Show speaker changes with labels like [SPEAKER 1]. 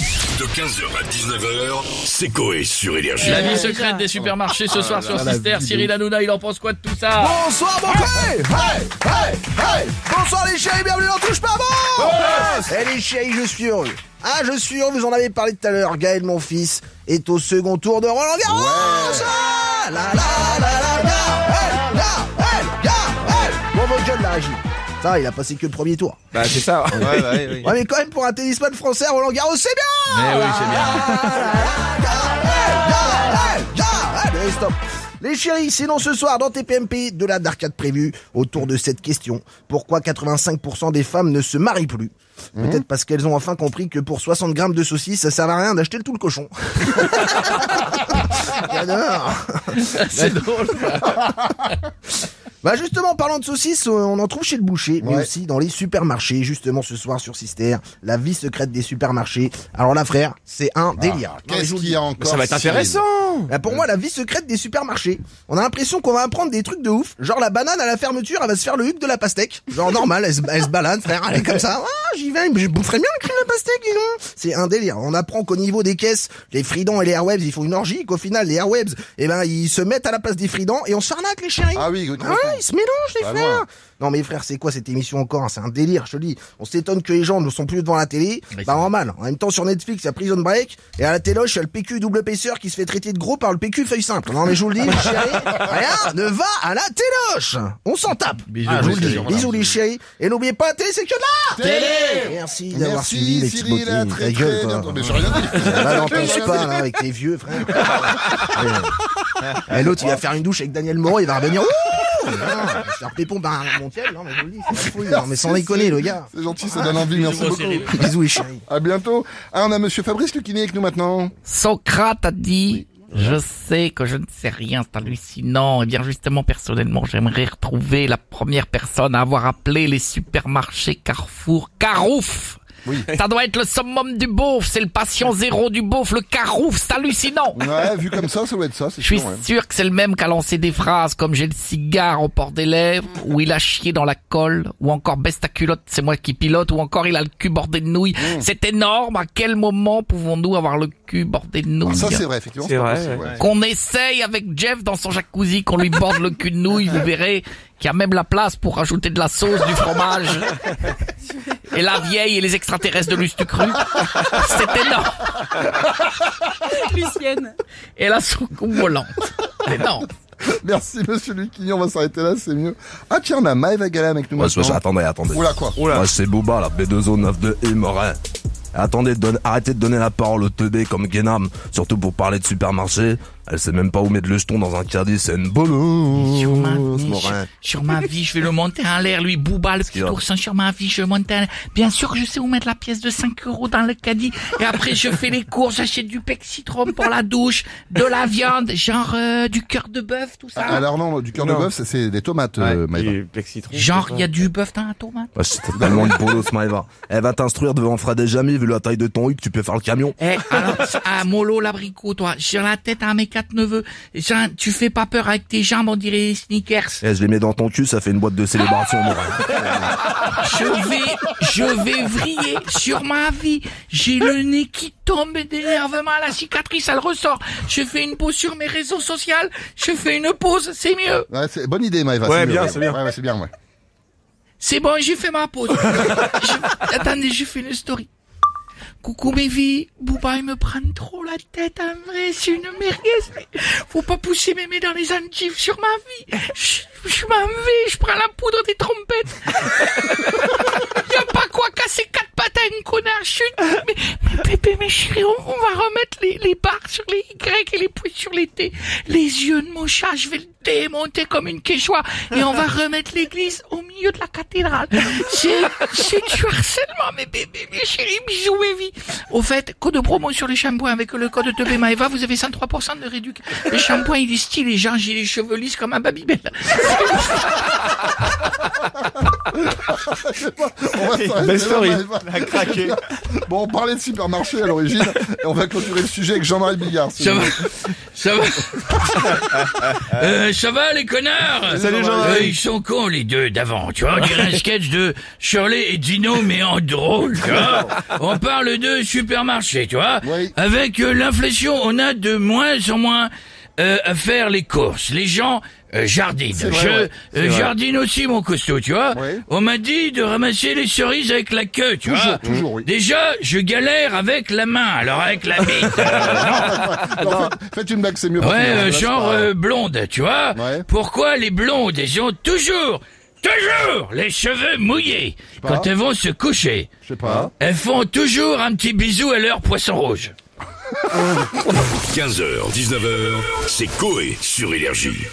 [SPEAKER 1] De 15h à 19h, c'est Coé sur Énergie.
[SPEAKER 2] Eh,
[SPEAKER 3] La vie secrète des supermarchés
[SPEAKER 4] Oh
[SPEAKER 3] ce soir sur Sister. Cyril Hanouna, il en pense quoi de tout ça
[SPEAKER 5] Bonsoir mon Hey, hey, hey Bonsoir les chéris, bienvenue dans Touche pas bon Eh les chéris, je suis heureux. Ah, je suis heureux, vous en avez parlé tout à l'heure. Gaël, mon fils, est au second tour de Roland Garros Ah, La la la la la Gaël, Gaël, Gaël Bon, votre gueule, la régie. Ça, il a passé que le premier tour.
[SPEAKER 6] Bah c'est ça.
[SPEAKER 4] Ouais, ouais, ouais.
[SPEAKER 5] Ouais, mais quand même, pour un tennisman français, Roland Garros, c'est bien
[SPEAKER 3] Eh oui, c'est bien.
[SPEAKER 5] Gaël, Gaël, Gaël, stop. Les chéris, sinon ce soir dans TPMP, de la d'arcade prévue autour de cette question. Pourquoi 85% des femmes ne se marient plus
[SPEAKER 3] Mmh.
[SPEAKER 5] Peut-être parce qu'elles ont enfin compris que pour 60 grammes de saucisses, ça sert à rien d'acheter le tout le cochon. J'adore.
[SPEAKER 3] C'est drôle.
[SPEAKER 5] Bah justement, parlant de saucisses, euh, on en trouve chez le boucher, mais aussi dans les supermarchés. Justement, ce soir sur Sister, la vie secrète des supermarchés. Alors là, frère, c'est
[SPEAKER 3] Ah,
[SPEAKER 5] un délire. Non, mais je
[SPEAKER 4] Qu'est-ce
[SPEAKER 5] vous
[SPEAKER 4] qu'il y a encore
[SPEAKER 6] Ça va être
[SPEAKER 4] Cyril
[SPEAKER 6] intéressant.
[SPEAKER 5] Bah, pour moi, la vie secrète des supermarchés. On a l'impression qu'on va apprendre des trucs de ouf. Genre la banane à la fermeture, elle va se faire le huc de la pastèque. Genre normal, elle se, elle se balade, frère, elle est comme ça. Ah, j'y vais, je boufferais bien le cul de la pastèque, dis donc. C'est un délire. On apprend qu'au niveau des caisses, les fridans et les airwebs, ils font une orgie, qu'au final, les airwebs, eh ben, ils se mettent à la place des fridans et on s'arnaque, les chéris.
[SPEAKER 4] Ah oui,
[SPEAKER 5] Ah
[SPEAKER 4] complètement.
[SPEAKER 5] ouais, ils se mélangent, les
[SPEAKER 4] Bah,
[SPEAKER 5] frères.
[SPEAKER 4] voilà.
[SPEAKER 5] Non, mais frère, c'est quoi cette émission encore hein C'est un délire, je te dis. On s'étonne que les gens ne sont plus devant la télé.
[SPEAKER 3] Oui,
[SPEAKER 5] bah,
[SPEAKER 3] c'est
[SPEAKER 5] normal. En même temps, sur Netflix, il y a Prison Break. Et à la téloche, il y a le PQ double épaisseur qui se fait traiter de gros par le PQ feuille simple. Non, mais je vous le dis, les chéris, rien ne va à la téloche. On s'en tape.
[SPEAKER 3] Bisous,
[SPEAKER 5] Ah, je
[SPEAKER 3] les
[SPEAKER 5] vous le dis.
[SPEAKER 3] chéris.
[SPEAKER 5] Bisous, les chéris. Et n'oubliez pas, la télé, c'est que de là Merci d'avoir
[SPEAKER 4] Merci
[SPEAKER 5] suivi les petits
[SPEAKER 4] Cyril,
[SPEAKER 5] beautés.
[SPEAKER 4] à très
[SPEAKER 5] Ta gueule,
[SPEAKER 4] très
[SPEAKER 5] toi.
[SPEAKER 4] bientôt. Mais j'ai rien dit.
[SPEAKER 5] Là, n'en pense pas, là, avec tes vieux, frère. Ouais. Et l'autre, il va faire une douche avec Daniel Moreau, il va revenir. Ouh Non, je vais faire pépon, ben, mon ciel, non, mais je vous le dis, c'est la fouille. Non, mais sans déconner, le gars.
[SPEAKER 4] C'est gentil, ça donne envie, merci
[SPEAKER 3] Bisous,
[SPEAKER 4] beaucoup.
[SPEAKER 3] Cyril.
[SPEAKER 5] Bisous, les chéris.
[SPEAKER 4] À bientôt. Ah, on a monsieur Fabrice Lucchini avec nous maintenant.
[SPEAKER 7] Socrate a dit Je sais que je ne sais rien, c'est hallucinant. Eh bien, justement, personnellement, j'aimerais retrouver la première personne à avoir appelé les supermarchés Carrefour Carouf.
[SPEAKER 4] Oui.
[SPEAKER 7] Ça doit être le summum du beauf, c'est le patient zéro du beauf, le Carouf, c'est hallucinant.
[SPEAKER 4] Ouais, hein. vu comme ça, ça doit être ça, c'est
[SPEAKER 7] Je suis
[SPEAKER 4] sûr. ouais.
[SPEAKER 7] sûr que c'est le même qu'à lancer des phrases comme j'ai le cigare au port des lèvres, ou il a chié dans la colle, ou encore baisse ta culotte, c'est moi qui pilote, ou encore il a le cul bordé de nouilles.
[SPEAKER 4] Mmh.
[SPEAKER 7] C'est énorme, à quel moment pouvons-nous avoir le cul bordé de nouilles
[SPEAKER 4] Alors Ah, ça, c'est vrai, effectivement.
[SPEAKER 6] C'est
[SPEAKER 4] pas
[SPEAKER 6] vrai,
[SPEAKER 4] possible,
[SPEAKER 6] ouais.
[SPEAKER 4] ouais.
[SPEAKER 7] qu'on essaye avec Jeff dans son jacuzzi, qu'on lui borde le cul de nouille, vous verrez qu'il y a même la place pour rajouter de la sauce, du fromage. Et la vieille et les extraterrestres de Lustu Cru. C'est énorme.
[SPEAKER 8] Lucienne.
[SPEAKER 7] Et la soucoupe volante. C'est énorme.
[SPEAKER 4] Merci, monsieur Lucchini, on va s'arrêter là, c'est mieux. Ah, tiens, on a Maëva Galam avec nous
[SPEAKER 2] Ouais, c'est-
[SPEAKER 4] maintenant.
[SPEAKER 2] attendez, attendez.
[SPEAKER 4] Oula, quoi
[SPEAKER 2] Moi, c'est Booba, là, B2O 9 de Imorin. Attendez, donne- arrêtez de donner la parole au teubé comme Guénam, surtout pour parler de supermarché. Elle sait même pas où mettre le jeton dans un caddie, c'est une
[SPEAKER 7] Sur ma,
[SPEAKER 2] bolosse,
[SPEAKER 7] vie,
[SPEAKER 2] Morin.
[SPEAKER 7] je- sur ma vie, je vais le monter en l'air, lui, Booba, le petit
[SPEAKER 2] va.
[SPEAKER 7] ourson, sur ma vie, je le monte en l'air. Bien sûr, je sais où mettre la pièce de 5 euros dans le caddie. Et après, je fais les courses, j'achète du pexitron pour la douche, de la viande, genre euh, du cœur de bœuf, tout ça.
[SPEAKER 4] Alors non, du cœur de
[SPEAKER 6] Non.
[SPEAKER 4] bœuf, ça, c'est des tomates, euh, Maëva.
[SPEAKER 7] Genre, il y a du bœuf dans la tomate.
[SPEAKER 2] Ouais, c'est totalement une bolosse, Maëva. Elle va t'instruire devant Fred et Jamie, vu la taille de ton huc, tu peux faire le camion.
[SPEAKER 7] Eh, alors, à Molo, l'abricot, toi, j'ai la tête à mes quatre neveux. Jean, tu fais pas peur avec tes jambes, on dirait des sneakers.
[SPEAKER 2] Eh, je les mets dans ton cul, ça fait une boîte de célébration, Morin.
[SPEAKER 7] Je vais, je vais vriller sur ma vie. J'ai le nez qui tombe d'énervement, la cicatrice, elle ressort. Je fais une pause sur mes réseaux sociaux, je fais une pause, c'est mieux.
[SPEAKER 4] Ouais, c'est bonne idée, Maëva.
[SPEAKER 6] Ouais,
[SPEAKER 4] c'est mieux,
[SPEAKER 6] bien, c'est bien.
[SPEAKER 4] Ouais, ouais, c'est bien, ouais.
[SPEAKER 7] C'est bon, j'ai fait ma pause. Je- Attendez, j'ai fait une story. Coucou mes vies, Booba il me prend trop la tête, en vrai, c'est une merguez. Faut pas pousser mémé dans les angifs sur ma vie. Je, je m'en vais, je prends la poudre des trompettes. y a pas quoi casser quatre pattes à une connard chute. Mais, mais bébé, mes chéris, on, on va remettre les, les barres sur les Y et les pouces sur les T. Les yeux de mon chat, je vais le démonter comme une quechua. Et on va remettre l'église au milieu de la cathédrale. C'est c'est du harcèlement, mes bébés, mes chéris, bisous, mes vies. Au fait, code promo sur les shampoings avec le code de Maeva, vous avez 103% de réduc. Le shampoing, il est stylé, genre, j'ai les cheveux lisses comme un babybel.
[SPEAKER 4] On va s'arrêter là,
[SPEAKER 6] Belle story.
[SPEAKER 4] Maëva.
[SPEAKER 6] Elle a craqué.
[SPEAKER 4] Bon, on parlait de supermarché à l'origine et on va clôturer le sujet avec Jean-Marie Bigard. s'il
[SPEAKER 3] Ça
[SPEAKER 4] vous
[SPEAKER 3] va
[SPEAKER 4] plaît.
[SPEAKER 3] Ça va euh, Ça va les connards
[SPEAKER 6] Salut, Jean-Marie.
[SPEAKER 3] Euh, Ils sont cons les deux d'avant, tu vois. On dirait un sketch de Shirley et Dino mais en drôle, tu vois. On parle de supermarché, tu vois.
[SPEAKER 4] Oui.
[SPEAKER 3] Avec euh, l'inflation, on a de moins en moins euh, à faire les courses. Les gens euh, jardinent.
[SPEAKER 4] vrai,
[SPEAKER 3] Je
[SPEAKER 4] ouais.
[SPEAKER 3] euh, jardine aussi mon costaud, tu vois.
[SPEAKER 4] Oui.
[SPEAKER 3] On m'a dit de ramasser les cerises avec la queue, tu
[SPEAKER 4] Toujours,
[SPEAKER 3] vois.
[SPEAKER 4] toujours, oui.
[SPEAKER 3] Déjà, je galère avec la main, alors avec la bite. euh, non.
[SPEAKER 4] Non, faites- Faites une blague, c'est mieux.
[SPEAKER 3] Ouais,
[SPEAKER 4] parce que
[SPEAKER 3] euh,
[SPEAKER 4] là, c'est
[SPEAKER 3] genre
[SPEAKER 4] pas-
[SPEAKER 3] euh, blonde, tu vois.
[SPEAKER 4] Ouais.
[SPEAKER 3] Pourquoi les blondes, elles ont toujours, toujours les cheveux mouillés quand elles vont se coucher
[SPEAKER 4] Je sais pas.
[SPEAKER 3] Elles font toujours un petit bisou à leur poisson rouge.
[SPEAKER 1] 15h, 19h, c'est Coé sur Énergie.